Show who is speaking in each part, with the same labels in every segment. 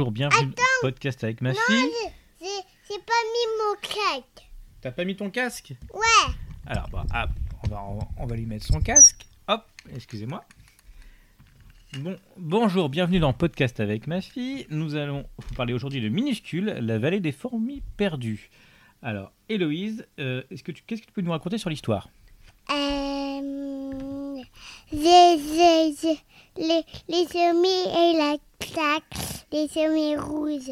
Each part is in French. Speaker 1: Bonjour, bienvenue au podcast avec ma fille.
Speaker 2: J'ai j'ai pas mis mon casque.
Speaker 1: T'as pas mis ton casque
Speaker 2: Ouais.
Speaker 1: Alors, bah, ah, on, va, on va- on va lui mettre son casque. Hop, excusez-moi. Bon, bonjour, bienvenue dans Podcast avec ma fille. Nous allons vous parler aujourd'hui de Minuscule, la vallée des fourmis perdues. Alors, Héloïse, euh, est-ce que tu- qu'est-ce que tu peux nous raconter sur l'histoire
Speaker 2: Euh, j'ai- j'ai- j'ai- les, les semis et la claque, les semis rouges.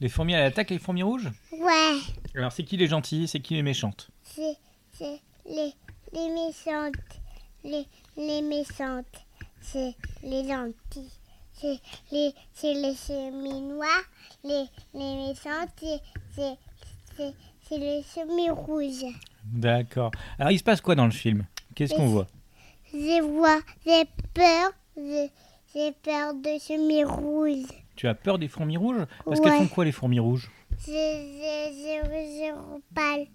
Speaker 1: Les fourmis à l'attaque, les fourmis rouges
Speaker 2: Ouais.
Speaker 1: Alors, c'est qui les gentils, c'est qui les méchantes
Speaker 2: C'est c'est les, les méchantes. Les, les méchantes. C'est les lentilles. C'est les, c'est les semis noirs. Les, les méchantes, c'est- c'est c'est- c'est les semis rouges.
Speaker 1: D'accord. Alors, il se passe quoi dans le film Qu'est-ce qu'on
Speaker 2: Et-
Speaker 1: voit
Speaker 2: Je vois, j'ai peur, je- j'ai peur de semis rouges.
Speaker 1: Tu as peur des fourmis rouges Parce
Speaker 2: Ouais.
Speaker 1: qu'elles font quoi les fourmis rouges
Speaker 2: Je, je, je, je repale.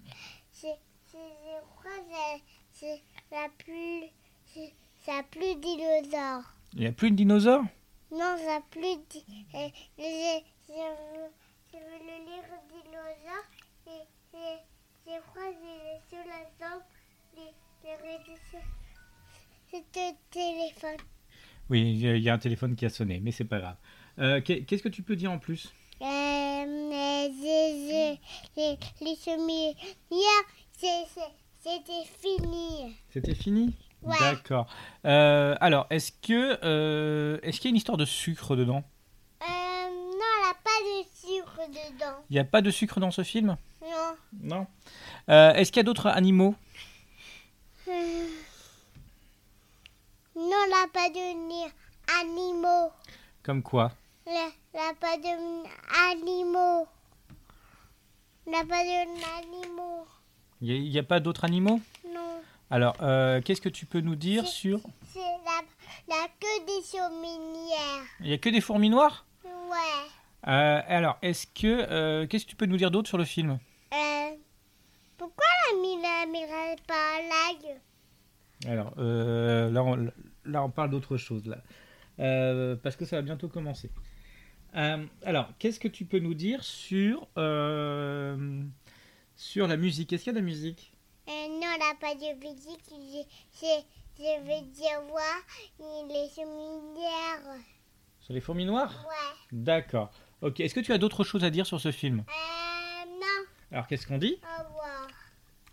Speaker 2: Je, je, je crois que c'est la plus, c'est la plus dinosaure.
Speaker 1: Il n'y a plus de dinosaures
Speaker 2: Non, ça plus di- euh, je, je, veux, je veux le lire dinosaure. Je, je, je crois que j'ai sur la jambe les, les réseaux so- C'est un téléphone.
Speaker 1: Oui, il y a- il y a un téléphone qui a sonné, mais c'est pas grave. Euh, qu'est- Qu'est-ce que tu peux dire en plus
Speaker 2: Euh, mais je, je, les, les semis hier, c'est- c'est- c'était fini.
Speaker 1: C'était fini
Speaker 2: Ouais.
Speaker 1: D'accord. Euh, alors, est-ce que euh, est-ce qu'il y a une histoire de sucre dedans
Speaker 2: Euh, non, elle a pas de sucre dedans.
Speaker 1: Il n'y a pas de sucre dans ce film
Speaker 2: Non.
Speaker 1: Non. Euh, est-ce qu'il y a d'autres animaux
Speaker 2: Euh, Non, elle a pas de ni- animaux.
Speaker 1: Comme quoi
Speaker 2: Elle elle a pas de n- animaux. Elle a pas de n- animaux.
Speaker 1: Il n'y a, il y a pas d'autres animaux
Speaker 2: Non.
Speaker 1: Alors, euh, qu'est-ce que tu peux nous dire sur...
Speaker 2: C'est la, la queue des cheminières.
Speaker 1: Il n'y a que des fourmis noires
Speaker 2: Ouais.
Speaker 1: Euh, Alors, est-ce que... euh, qu'est-ce que tu peux nous dire d'autre sur le film
Speaker 2: Euh, pourquoi la mine mirage pas la gueule
Speaker 1: Alors, euh, là, on, là, on parle d'autre chose, là. Euh, parce que ça va bientôt commencer. Euh, alors, qu'est-ce que tu peux nous dire sur, euh, sur la musique Est-ce qu'il y a de la musique
Speaker 2: Euh, non, la pas de physique, je, je, je veux dire voir les séminaires.
Speaker 1: Sur les fourmis noires
Speaker 2: Ouais.
Speaker 1: D'accord. Ok, est-ce que tu as d'autres choses à dire sur ce film
Speaker 2: Euh, non,
Speaker 1: Alors, qu'est-ce qu'on dit
Speaker 2: au revoir.